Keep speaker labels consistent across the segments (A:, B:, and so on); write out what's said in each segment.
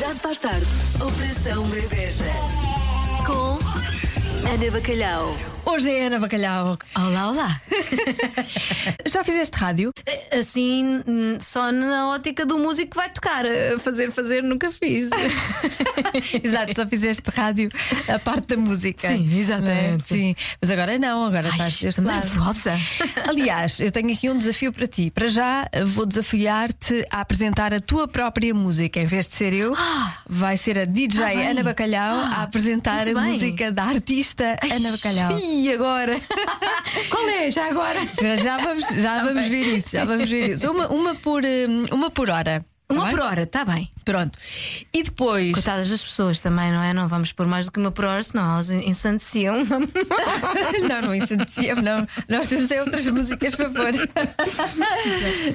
A: Já se faz tarde. Operação Bebeja. Com Ana Bacalhau.
B: Hoje é Ana Bacalhau.
A: Olá, olá.
B: Já fizeste rádio?
A: Assim, hum, só na ótica do músico que vai tocar. Eh, Fazer, fazer, nunca fiz.
B: Exato, só fizeste rádio a parte da música.
A: Sim, exatamente.
B: Eh, Sim. Mas agora não, agora
A: Ai,
B: estás deste
A: estou
B: lado.
A: nervosa.
B: Aliás, eu tenho aqui um desafio para ti. Para já, eh, vou desafiar-te a apresentar a tua própria música. Em vez de ser eu, vai ser a DJ
A: Ah, bem.
B: Ana Bacalhau a apresentar
A: muito
B: a
A: bem.
B: música da artista Ana Bacalhau.
A: E agora? Qual é? Já agora?
B: Já, já vamos,
A: Tá
B: já vamos ver isso, já vamos ver isso. Uma, uma por, hum, uma por hora. tá
A: Uma
B: bem?
A: por hora, está bem.
B: Pronto. E depois.
A: Coitadas das pessoas também, não é? Não vamos pôr mais do que uma por hora, senão elas ensandeciam.
B: não, não incendiamos, não. Nós temos aí outras músicas, por favor.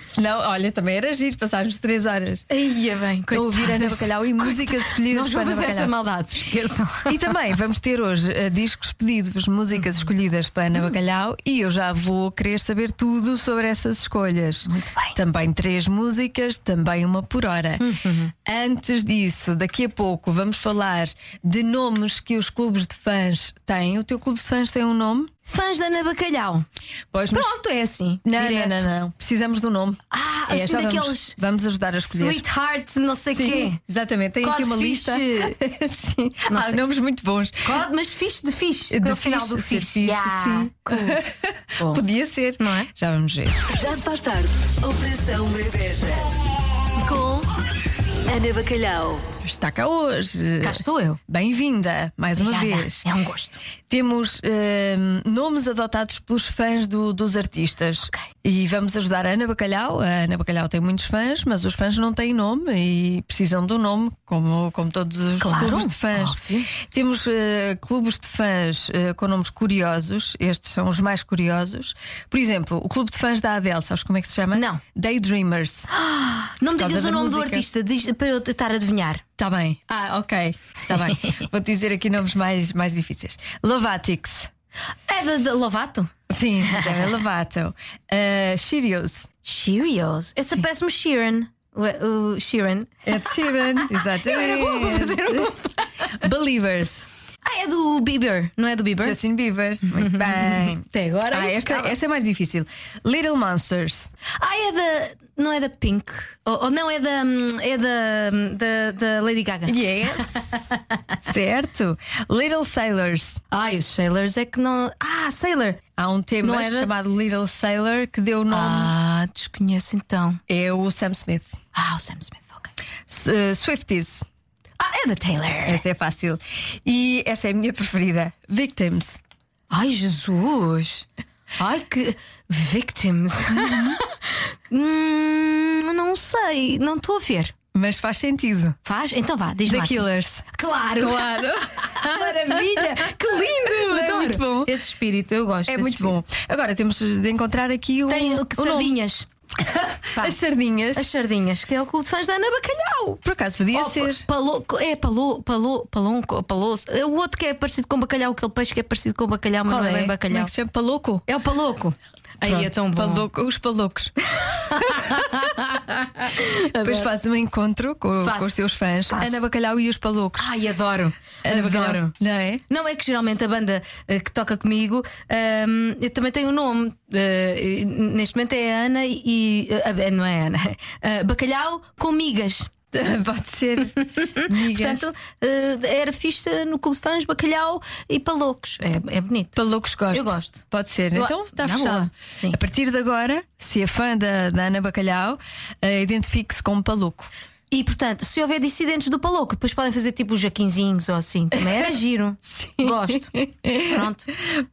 B: Senão, olha, também era giro passarmos três horas
A: Ia bem,
B: a ouvir Ana
A: coitadas.
B: Bacalhau e músicas escolhidas
A: Não
B: por
A: vou
B: Ana
A: fazer essa
B: Bacalhau.
A: maldade, esqueçam.
B: E também vamos ter hoje eh, discos pedidos, músicas escolhidas para Ana Bacalhau e eu já vou querer saber tudo sobre essas escolhas. Muito
A: bem.
B: Também três músicas, também uma por hora.
A: Uhum.
B: Antes disso, daqui a pouco vamos falar de nomes que os clubes de fãs têm. O teu clube de fãs tem um nome?
A: Fãs da Ana Bacalhau.
B: Pois, mas-
A: Pronto, é assim.
B: Não, não,
A: direto.
B: não, não. Precisamos do nome.
A: Ah,
B: É,
A: assim
B: já vamos-
A: daqueles
B: Vamos, ajudar a escolher.
A: sweetheart, não sei
B: Sim,
A: quê.
B: exatamente. Tem aqui uma
A: Codfish.
B: lista. Sim.
A: Não
B: Há
A: sei.
B: nomes muito bons.
A: God, mas fixe de fixe.
B: De
A: no final
B: fixe,
A: do
B: ser
A: fixe.
B: fixe,
A: Yeah.
B: sim.
A: Cool.
B: Podia ser.
A: Não é?
B: Já vamos ver.
C: Já se faz tarde. Operação Bebeja. Com Ana Bacalhau.
B: Está cá hoje.
A: Cá estou eu.
B: Bem-vinda, mais uma
A: Obrigada.
B: vez.
A: É um gosto.
B: Temos hum, nomes adotados pelos fãs do- dos artistas.
A: Ok.
B: E vamos ajudar a Ana Bacalhau. A Ana Bacalhau tem muitos fãs, mas os fãs não têm nome e precisam de um nome, como, como todos os
A: Claro,
B: clubes de fãs.
A: óbvio.
B: Temos eh, clubes de fãs eh, com nomes curiosos, estes são os mais curiosos. Por exemplo, o clube de fãs da Adele, sabes como é que se chama?
A: Não.
B: Daydreamers.
A: Não me
B: causa
A: digas
B: da
A: o nome do
B: música.
A: artista diz, para eu tentar adivinhar.
B: Está bem. Ah, ok. Está bem. Vou dizer aqui nomes mais, mais difíceis: Lovatics.
A: É da, da Lovato?
B: Sim, Demi Lovato. Uh, Cheerios.
A: Cheerios. Essa parece-me Sheeran. O, o Sheeran.
B: Ed Sheeran,
A: Eu era boa para
B: exatamente.
A: fazer um.
B: Believers.
A: Ah, é do Bieber, não é do Bieber?
B: Justin Bieber. Muito bem.
A: Uhum. Até agora.
B: Ah, esta,
A: impecável.
B: esta é mais difícil. Little Monsters.
A: Ah, é da. Não é da Pink. Ou, ou não, é da. hum, É da, hum, da. da Lady Gaga.
B: Yes. certo. Little Sailors.
A: Ah, e os Sailors é que não. Ah, Sailor!
B: Há um tema
A: Não era?
B: chamado Little Sailor que deu o nome.
A: Ah, desconheço então.
B: É o Sam Smith.
A: Ah, o Sam Smith, ok.
B: S- uh, Swifties.
A: Ah, é da Taylor.
B: Esta é fácil. E esta é a minha preferida. Victims.
A: Ai, Jesus! Ai, que. Victims! Uhum. hum, não sei, não estou a ver.
B: Mas faz sentido.
A: Faz? Então vá, diz-me.
B: The
A: lá.
B: Killers.
A: Claro!
B: Claro.
A: Maravilha! Que lindo!
B: Não é
A: Adoro.
B: muito bom?
A: Esse espírito, eu gosto.
B: É
A: desse
B: muito
A: espírito.
B: bom. Agora temos de encontrar aqui o.
A: Tem o que
B: o nome.
A: sardinhas. Pá,
B: As sardinhas.
A: As sardinhas, que é o clube de fãs da Ana Bacalhau.
B: Por acaso podia
A: Oh,
B: ser.
A: pa- Palo, é palo, palo, palonco, paloso. É O outro que é parecido com bacalhau, aquele peixe que é parecido com bacalhau, mas
B: Qual
A: não é
B: é?
A: bem
B: Como é
A: bacalhau.
B: que se chama? Paloco.
A: É o paloco. Aí é
B: Pronto,
A: tão bom.
B: Paloco, os palocos. Depois fazes um encontro com,
A: Faço.
B: com os teus fãs.
A: Faço.
B: Ana Bacalhau e os palocos.
A: Ai, adoro.
B: Ana
A: adoro.
B: Bacalhau. Não é?
A: Não é que geralmente a banda eh, que toca comigo ahm, eu também tem um nome. eh, e neste momento é a Ana e. eh, não é a Ana. eh, bacalhau com migas.
B: Pode ser. Migas.
A: Portanto, eh, era ficha no Clube de Fãs, bacalhau e paloucos. É, é bonito.
B: Paloucos gosto.
A: Eu gosto.
B: Pode ser.
A: Eu-
B: Então está
A: Na
B: fechado.
A: boa. Sim.
B: A partir de agora, se é fã da, da Ana Bacalhau, eh, identifique-se como palouco.
A: E portanto, se houver dissidentes do palouco, depois podem fazer tipo os jaquinzinhos ou assim. Também era giro. Gosto. Pronto.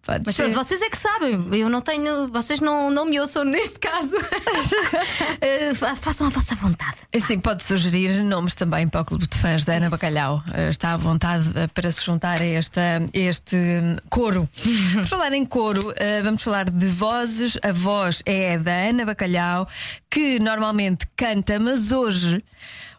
B: Pode
A: Mas
B: ser.
A: pronto, vocês é que sabem. Eu não tenho. Vocês não, não me ouçam neste caso. Eh, fa- façam a vossa vontade.
B: Assim, pode sugerir nomes também para o Clube de Fãs da Ana Bacalhau. Eh, Está à vontade eh, para se juntar a, esta, a este hum, coro. Por falar em coro, eh, vamos falar de vozes. A voz é a da Ana Bacalhau, que normalmente canta, mas hoje,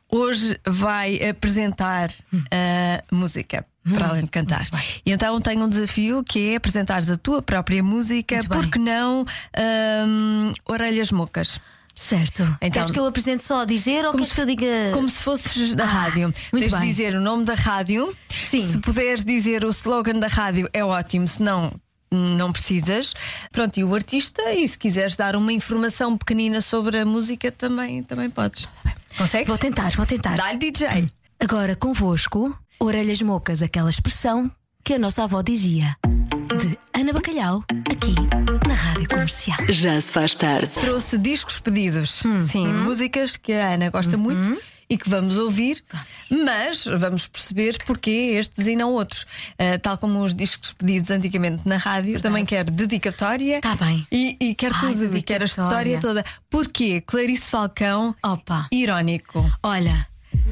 B: hoje vai apresentar eh, música. Para além de cantar. E então tenho um desafio que é apresentares a tua própria música,
A: Muito bem.
B: porque não hum, orelhas mocas.
A: Certo.
B: Então-
A: Queres que eu apresente só a dizer ou
B: Como
A: queres que eu diga.
B: Como se fosses da
A: Ah,
B: rádio.
A: muito
B: Tens de
A: bem.
B: dizer o nome da rádio.
A: Sim.
B: Se puderes dizer o slogan da rádio, é ótimo, se não. Não precisas. Pronto, e o artista, e se quiseres dar uma informação pequenina sobre a música, também, também podes. Consegues?
A: Tá Vou tentar, vou tentar.
B: Dá-lhe DJ.
A: Agora convosco, orelhas mocas, aquela expressão que a nossa avó dizia. De Ana Bacalhau, aqui na Rádio Comercial.
C: Já se faz tarde.
B: Trouxe discos pedidos.
D: Hum.
B: Sim, músicas que a Ana gosta
D: Uhum.
B: muito e que vamos ouvir, mas vamos perceber porquê estes e não outros. Ah, tal como os discos pedidos antigamente na rádio, também quer dedicatória.
A: Tá bem.
B: E, e quer
A: Ai,
B: tudo, e quer
A: dedicatória.
B: a história toda. Porquê? Clarice Falcão,
D: Oh.
A: Opa!
B: irónico.
A: Olha,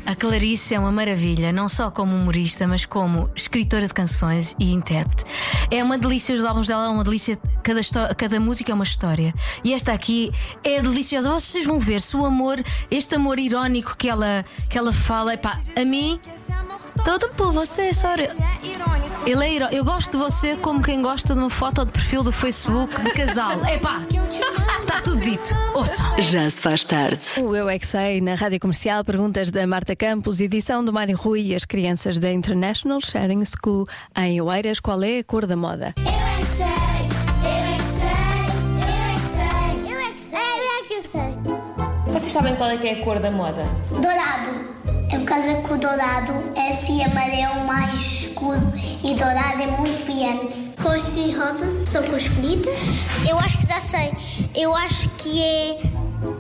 A: a Clarice é uma maravilha, não só como humorista, mas como escritora de canções e intérprete. É uma delícia, os álbuns dela é uma delícia, cada, histó- cada música é uma história. E esta aqui é deliciosa. Vocês vão ver se o amor, este amor irónico que ela, que ela fala, epá, a mim, todo por você, sorry. Ele é iró- Eu gosto de você como quem gosta de uma foto de perfil do Facebook de casal. Epá, está tudo dito. Ouçam.
C: Já se faz tarde.
D: O Eu é que Sei, na Rádio Comercial, perguntas da Marta Campos, edição do Mário Rui e as crianças da International Sharing School em Oeiras. Qual é a cor da moda?
E: Eu é que sei, eu é que sei, eu é que sei, eu é que sei, eu é que sei.
F: Vocês sabem qual é que é a cor da moda?
E: Dourado. É por causa que o dourado é assim amarelo mais escuro e dourado é muito brilhante. Roxo e rosa são cores bonitas. Eu acho que já sei. Eu acho que é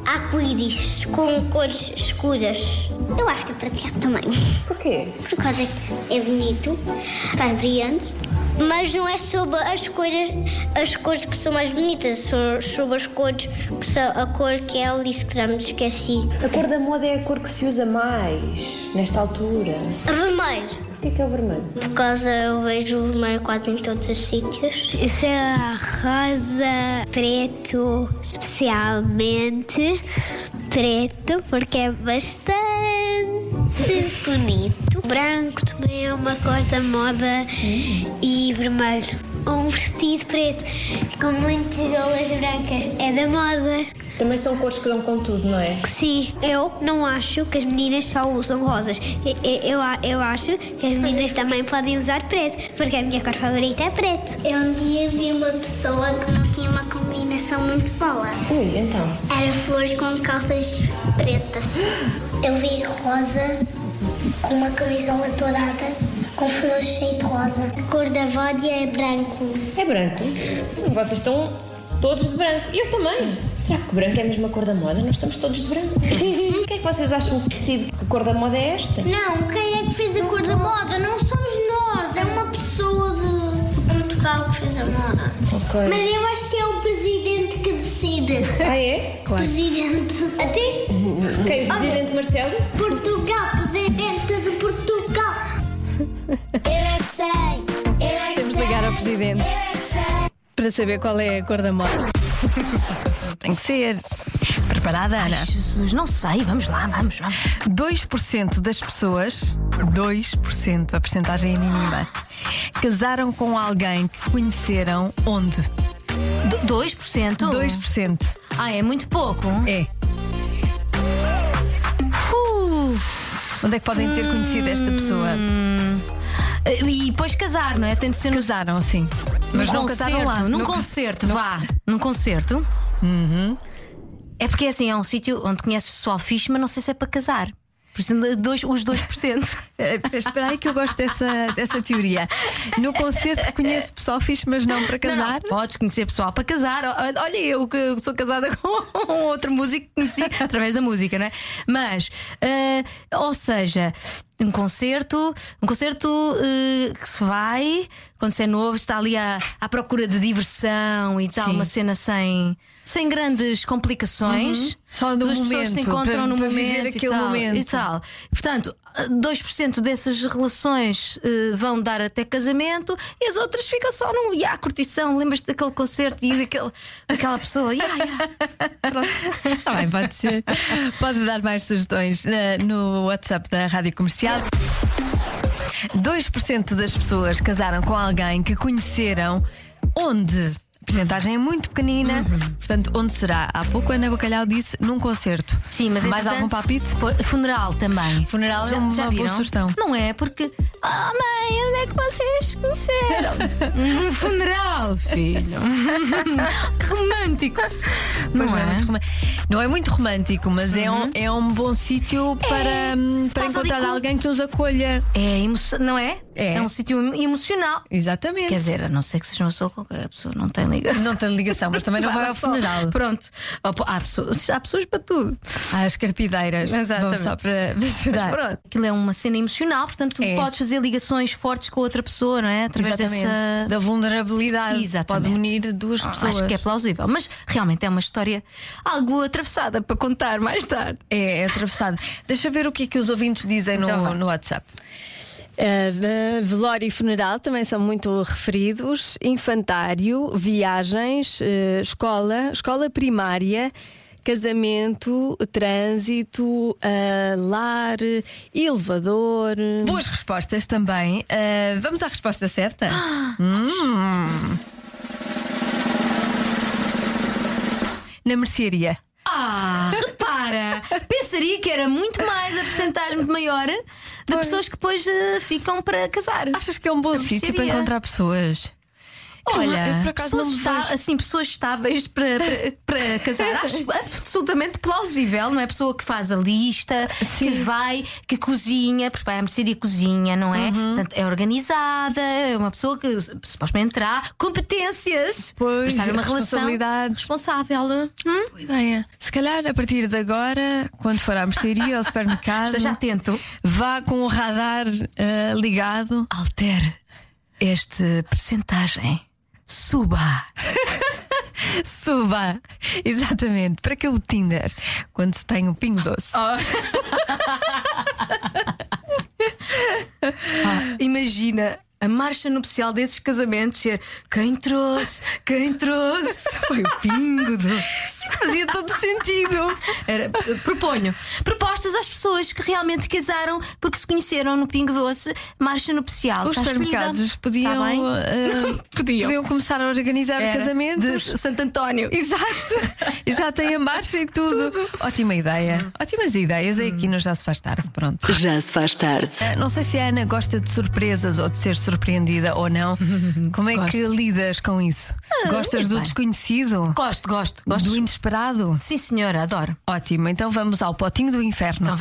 E: arco-íris com cores escuras. Eu acho que é prateado também.
F: Porquê?
E: Por causa que é bonito, faz brilhante. Mas não é sobre as cores, as cores que são mais bonitas, são sobre as cores que são a cor que ela disse que já me esqueci.
F: A cor da moda é a cor que se usa mais nesta altura.
E: Vermelho.
F: Porquê que é o vermelho?
E: Por causa eu vejo vermelho quase em todos os sítios. Isso é rosa, preto, especialmente preto, porque é bastante bonito. Branco também é uma cor da moda e vermelho. Um vestido preto com muitas golas brancas é da moda.
F: Também são cores que dão com tudo, não é?
E: Sim, eu não acho que as meninas só usam rosas. Eu, eu, eu acho que as meninas também podem usar preto, porque a minha cor favorita é preto. Eu um dia vi uma pessoa que não tinha uma combinação muito boa.
F: Ui, então.
E: Era flores com calças pretas. Eu vi rosa com uma camisola dourada com flores cheias de rosa. A cor da vódia é branco.
F: É branco. Hum, Vocês estão todos de branco. Eu também. Será que branco é a mesma cor da moda? Nós estamos todos de branco. O que é que vocês acham que decide que cor da moda é esta?
E: Não, quem é que fez a cor da moda? Não somos nós, é uma pessoa de Portugal que fez a moda.
F: Ok.
E: Mas eu acho que é o presidente que decide.
F: Ah, é?
E: Presidente. Até
F: Quem? O presidente Marcelo?
E: Portugal, presidente de Portugal. Eu é que sei, eu é que
D: Temos de ligar ao presidente
E: Eu é que sei.
D: para saber qual é a cor da moda.
B: Tem que ser. Preparada, Ana?
A: Jesus, não sei, vamos lá, vamos, vamos.
B: 2% das pessoas, 2%, a percentagem é mínima, casaram com alguém que conheceram onde?
A: Do- 2%?
D: Oh.
B: 2%.
A: Ah, é muito pouco.
B: É. Onde é que podem ter conhecido esta pessoa?
D: Hum.
A: E depois casar, não é? Tem de ser no
B: Casaram, sim. Mas
A: num
B: não
A: concerto,
B: casaram lá.
A: Num
B: Nunca-
A: concerto, vá. Num concerto. É porque assim, é um sítio onde conheces pessoal fixe, mas não sei se é para casar. Por isso, dois, os 2%.
B: Eh, Espera aí que eu gosto dessa, dessa teoria. No concerto conheço pessoal fixe, mas não para
A: Não, não,
B: casar.
A: podes conhecer pessoal para casar. O- Olha, eu que sou casada com um outro músico que conheci através da música, né? Mas, eh, ou seja, um concerto, um concerto eh, que se vai quando se é novo, está ali à, à procura de diversão e tal,
B: Sim.
A: uma cena sem, sem grandes complicações.
B: Só no
A: Duas pessoas se
B: momento,
A: encontram
B: para-
A: no
B: para
A: momento,
B: viver
A: e
B: aquele
A: tal,
B: momento.
A: e tal. Portanto, 2% dessas relações eh, vão dar até casamento e as outras ficam só num. Ya, curtição, lembras-te daquele concerto e daquele, daquela pessoa. Ya, ya.
B: Tá bem, pode ser. Pode dar mais sugestões eh, no WhatsApp da Rádio Comercial. 2% das pessoas casaram com alguém que conheceram onde? percentagem é muito pequenina.
A: Uhum.
B: Portanto, onde será? Há pouco a Ana Bacalhau disse num concerto.
A: Sim, mas
B: Mais
A: entretanto,
B: algum palpite?
A: pô, Funeral também.
B: Funeral é uma boa
A: viram?
B: sugestão.
A: Não é? Porque. Ah, mãe, onde é que vocês se conheceram? Num funeral, filho. que romântico. Não
B: Pois não, é?
A: é? Uhum.
B: muito român- não é muito romântico, mas é, um, é um bom sítio para, hum, para
A: É. Estás ali
B: encontrar
A: com-
B: alguém que nos acolha.
A: É emo... Não é?
B: É.
A: um sítio emo- emocional.
B: Exatamente.
A: Quer dizer, a não ser que é seja uma pessoa qualquer, a pessoa não tem ligação.
B: Não tem ligação, mas também não vai ao
A: Só-
B: funeral.
A: Pronto. Ou po- Há pessoas, há pessoas para tudo.
B: Às carpideiras. Vão
A: Exatamente.
B: só para chorar.
A: Pronto. Aquilo é uma cena emocional, portanto, tu
B: É.
A: podes fazer ligações fortes com outra pessoa, não é? Através
B: Exatamente.
A: dessa.
B: Da vulnerabilidade.
A: Exatamente.
B: Pode unir duas pessoas.
A: Acho que é plausível, mas realmente é uma história algo atravessada para contar mais tarde.
B: É, é atravessado. Deixa ver o que é que os ouvintes dizem no-
A: Então vá.
B: no, WhatsApp.
D: Eh, ve- velório e funeral também são muito referidos. Infantário, viagens, eh, escola, escola primária, casamento, trânsito, eh, lar, elevador.
B: Boas respostas também. Ah, vamos à resposta certa?
A: Ah,
B: Hum. Na mercearia.
A: Ah, repara! Pensaria que era muito mais a porcentagem muito maior de pessoas que depois eh, ficam para casar.
B: Achas que é um bom
A: Na
B: sítio para
A: mercearia.
B: encontrar pessoas?
A: Olha,
B: Então, eu por acaso não
A: pessoas,
B: me
A: esta-
B: vejo.
A: assim, pessoas estáveis para, para, para casar, acho absolutamente plausível, não é? Pessoa que faz a lista, que vai, que cozinha, porque vai à mercearia e cozinha, não é?
B: Uhum.
A: Portanto, é organizada, é uma pessoa que supostamente terá competências para
B: Pois,
A: estar numa relação
B: responsabilidades.
A: responsável. Hum?
B: Boa ideia. Se calhar a partir de agora, quando for à mercearia ou ao supermercado,
A: Esteja atento.
B: vá com o radar ah, ligado.
A: Altere este percentagem. Suba!
B: Suba! Exatamente. Para que o Tinder? Quando se tem um pingo doce.
A: Oh, Imagina a marcha nupcial desses casamentos ser quem trouxe, quem trouxe, foi o pingo do.
B: Fazia todo sentido.
A: Era, eh, proponho propostas às pessoas que realmente casaram porque se conheceram no Pingo Doce, marcha nupcial.
B: Os
A: Está escolhida.
B: supermercados
A: Está
B: podiam,
A: Tá bem?
B: ah,
A: Podiam.
B: podiam começar a organizar
A: Era
B: casamentos.
A: de Santo António.
B: Exato, E já tem a marcha e tudo. Ótima ideia. Ótimas ideias. É aqui no Já Se Faz Tarde. Pronto.
C: Já se faz tarde.
B: Ah, Não sei se a Ana gosta de surpresas ou de ser surpreendida ou não. Como é que lidas com isso? Gostas
A: muito
B: do
A: bem.
B: desconhecido?
A: Gosto, gosto, gosto.
B: Do inesperado?
A: Sim, senhora, adoro.
B: Ótimo, então vamos ao potinho do
A: Então
B: inferno.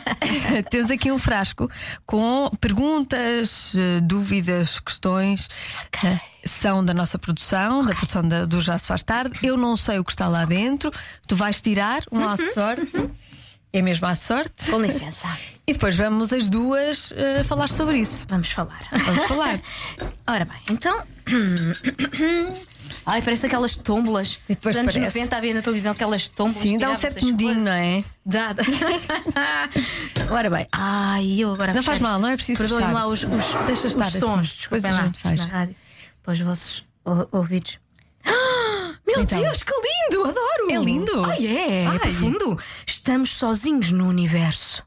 B: Temos aqui um frasco com perguntas, eh, dúvidas, questões. eh, São da nossa produção, da produção da- do Já Se Faz Tarde. Eu não sei o que está lá dentro. Tu vais tirar um à
A: Uhum,
B: sorte. É mesmo à sorte.
A: Com licença,
B: E depois vamos as duas eh, falar sobre isso.
A: vamos falar.
B: Vamos falar.
A: Ora bem, então. Ai, parece aquelas tómbolas.
B: E depois
A: Dos anos
B: parece.
A: 90 havia na televisão aquelas tómbolas.
B: Sim, dá um
A: tiravam-se as
B: certo medinho,
A: coisas.
B: não é?
A: Dá. dá. Ora bem, ai, eu agora.
B: Não faz mal, não é preciso
A: Perdoem-me
B: fechar.
A: lá os, os,
B: Deixa
A: os
B: estar assim.
A: sons,
B: Depois a
A: desculpem lá,
B: gente faz.
A: na rádio. Para os vossos o- ouvidos. Ah, Meu
B: Então.
A: Deus, que lindo! Adoro!
B: É lindo?
A: Ai, é!
B: Ai.
A: É profundo! Estamos sozinhos no universo.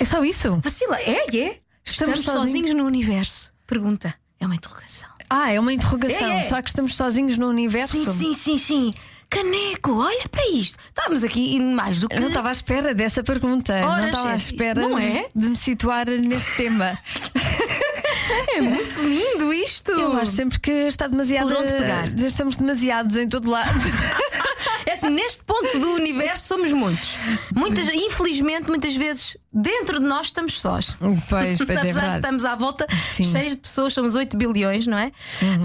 B: É só isso?
A: Vacila, é, é! Estamos,
B: Estamos
A: sozinhos.
B: sozinhos
A: no universo. Pergunta. É uma interrogação.
B: Ah, é uma interrogação.
A: É, é.
B: Será que estamos sozinhos no universo?
A: Sim, sim, sim, sim. Caneco, olha para isto. Estamos aqui em mais do que. um,
B: Eu não estava à espera dessa pergunta. não
A: Ora,
B: estava à
A: gente,
B: espera
A: não é?
B: de me situar nesse tema.
A: É muito lindo isto.
B: Eu acho sempre que está demasiado.
A: Por onde pegar?
B: Já estamos demasiados em todo lado.
A: É assim, neste ponto do universo somos muitos. Muitas, infelizmente, muitas vezes dentro de nós estamos sós.
B: pois, pois é
A: Apesar de
B: verdade.
A: estamos à volta
B: Sim.
A: cheios de pessoas, somos 8 bilhões, não é? uhum.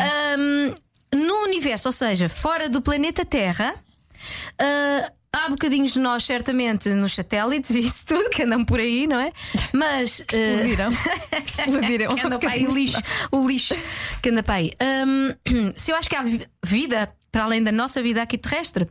A: Ahm, no universo, ou seja, fora do planeta Terra, ah, há bocadinhos de nós, certamente, nos satélites e isso tudo, que andam por aí, não é? Mas. ah,
B: Explodiram. É Explodiram.
A: que anda para aí o é lixo, o lixo que anda para aí. Hum, se eu acho que há vi- vida para além da nossa vida aqui terrestre.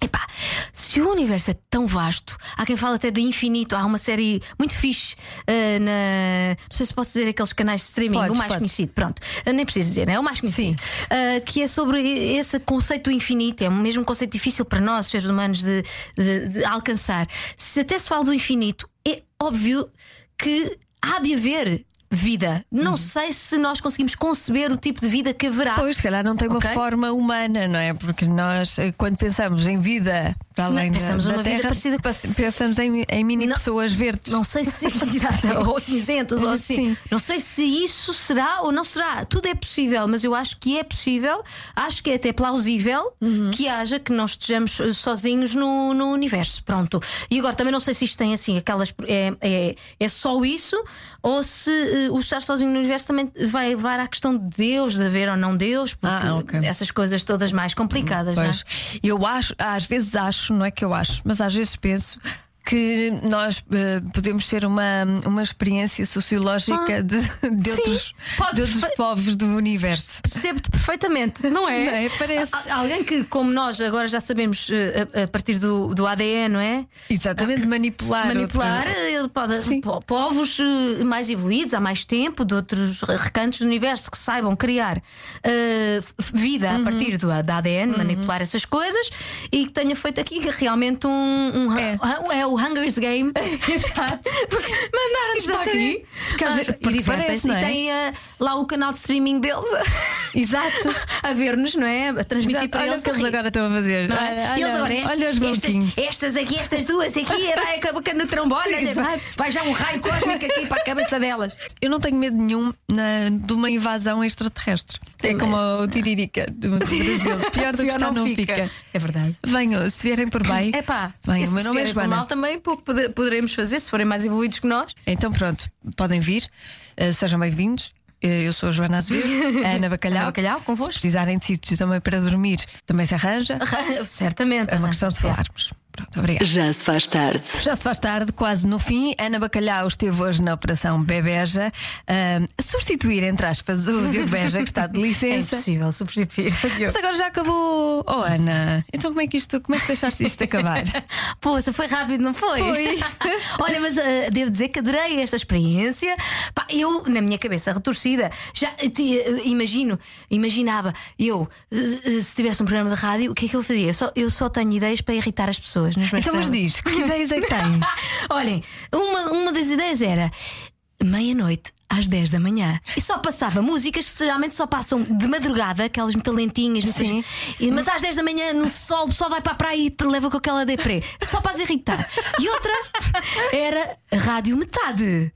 A: Epá, se o universo é tão vasto, há quem fala até de infinito, há uma série muito fixe eh, na. Não sei se posso dizer aqueles canais de streaming,
B: Podes,
A: o mais
B: podes.
A: conhecido, pronto. Eu nem preciso dizer, não é? O mais conhecido. Eh, que é sobre e- esse conceito do infinito, é o mesmo conceito difícil para nós, seres humanos, de, de- de alcançar. Se até se fala do infinito, é óbvio que há de haver vida. Não sei se nós conseguimos conceber o tipo de vida que haverá.
B: Pois, se calhar não tem uma
A: Ok?
B: forma humana, não é? Porque nós, eh, quando pensamos em vida para além da,
A: pensamos
B: da
A: numa vida
B: terra,
A: parecida-
B: pas- pensamos em, em mini
A: Não-
B: pessoas verdes.
A: Não sei se ou cinzentas ou assim.
B: Sim.
A: Não sei se isso será ou não será. Tudo é possível, mas eu acho que é possível, acho que é até plausível
B: Uhum.
A: que haja que não estejamos eh, sozinhos no, no universo. Pronto. E agora também não sei se isto tem assim aquelas é, é, é só isso ou se eh, o estar sozinho no universo também vai levar à questão de Deus, de haver ou não Deus, porque
B: Ah, ok.
A: essas coisas todas mais complicadas, não é?
B: Pois. Eu acho, às vezes acho, não é que eu acho, mas às vezes penso que nós eh, podemos ser uma, uma experiência sociológica de, de outros,
A: Ah, pode-
B: de outros povos do universo.
A: Percebo-te perfeitamente, não é?
B: Não é? Parece.
A: Al- Alguém que, como nós agora já sabemos eh, a, a partir do, do ADN, não é?
B: Exatamente, manipular.
A: Manipular
B: Ah, outro-
A: eh, pode, po- povos eh, mais evoluídos há mais tempo, de outros recantos do universo que saibam criar eh, f- vida
B: Uhum.
A: a partir do, da ADN, manipular essas coisas e que tenha feito aqui realmente um. um-
B: É.
A: ah, é o Hunger's Game. Exato. Mandaram-nos para aqui.
B: Exatamente. Porque às
A: Ah,
B: vezes-
A: e
B: porque
A: divertem-se.
B: parece, não
A: E
B: é?
A: tem eh, lá o canal de streaming deles.
B: Exato.
A: a ver-nos, não é? A transmitir
B: Exato.
A: para
B: Olha
A: eles.
B: o que
A: a
B: eles
A: rir,
B: agora estão a fazer.
A: não é?
B: Olha,
A: E eles
B: olha,
A: agora, estas, é-
B: olha os
A: estas,
B: bombinhos.
A: estas aqui, estas duas aqui, era a bacana trombolha,
B: Exato.
A: vai já um raio cósmico aqui para a cabeça delas.
B: Eu não tenho medo nenhum na- de uma invasão extraterrestre. É como o Tiririca do do Brasil. Pior do que está, não fica.
A: É verdade.
B: Venham, se vierem por bem.
A: É pá,
B: venham. O meu nome é
A: se
B: Joana.
A: mal também pouco pode- poderemos fazer, se forem mais evoluídos que nós.
B: Então pronto, podem vir, eh, sejam bem-vindos. Eh, Eu sou a Joana Azevedo, a Ana Bacalhau.
A: Ana Bacalhau, convosco.
B: Se precisarem de sítios também para dormir, também se arranja.
A: Certamente.
B: É uma questão de falarmos. Pronto, obrigada.
C: Já se faz tarde.
B: Já se faz tarde, quase no fim. Ana Bacalhau esteve hoje na Operação Bebeja ah, a substituir, entre aspas, o Diogo Beja, que está de
A: É
B: licença.
A: impossível substituir.
B: Mas agora já acabou. Oh, Ana, então como é que isto, como é que deixaste isto acabar?
A: Poça, foi rápido, não foi?
B: Foi.
A: Olha, mas ah, devo dizer que adorei esta experiência. Pá, eu, na minha cabeça retorcida, já eh, ti- eh, imagino, imaginava, eu, eh, eh, se tivesse um programa de rádio, o que é que eu fazia? Eu só, eu só tenho ideias para irritar as pessoas nos meus
B: Então, mas
A: programas.
B: diz, que ideias é que tens?
A: Olhem, uma, uma das ideias era meia-noite. Às 10 da manhã. E só passava músicas que geralmente só passam de madrugada, aquelas muito lentinhas, muitas-
B: Sim.
A: E- mas às 10 da manhã, no sol, o pessoal vai para a praia e te leva com aquela deprê. Só para as irritar. E outra era Rádio Metade.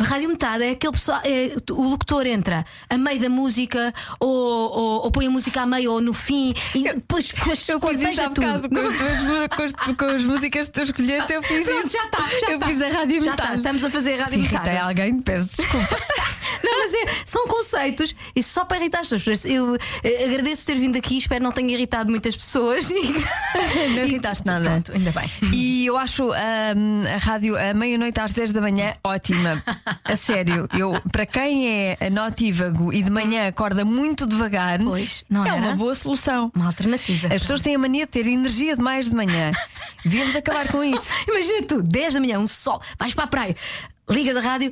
A: Rádio Metade é aquele pessoal. é, tu- o locutor entra a meio da música, ou, ou- ou põe a música a meio, ou no fim, e depois
B: Eu fiz isso há
A: tudo.
B: bocado com as, tuas, mu- com, as, tu- com as músicas que tu escolheste. Eu fiz
A: Pronto,
B: isso.
A: já está, já
B: Então, Eu
A: tá.
B: fiz a rádio
A: Já
B: metade.
A: tá, estamos a fazer a rádio
B: Se
A: metade.
B: irritei alguém, peço desculpa.
A: Não, mas é, são conceitos e só para irritar as pessoas. Eu eh, agradeço ter vindo aqui, espero não tenha irritado muitas pessoas.
B: Não irritaste nada.
A: Pronto, ainda bem.
B: E eu acho hum, a rádio à meia-noite às 10 da manhã ótima. A sério, eu, para quem é notívago e de manhã acorda muito devagar,
A: Pois, não
B: é
A: era?
B: uma boa solução.
A: Uma alternativa.
B: As pessoas têm a mania de ter energia demais de manhã. Devíamos acabar com isso.
A: Imagina tu, 10 da manhã, um sol, vais para a praia, ligas a rádio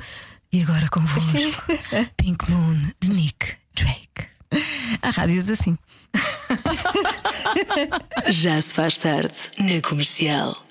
A: e agora convosco Pink Moon de Nick Drake.
B: Há rádios assim.
C: Já se faz tarde na comercial.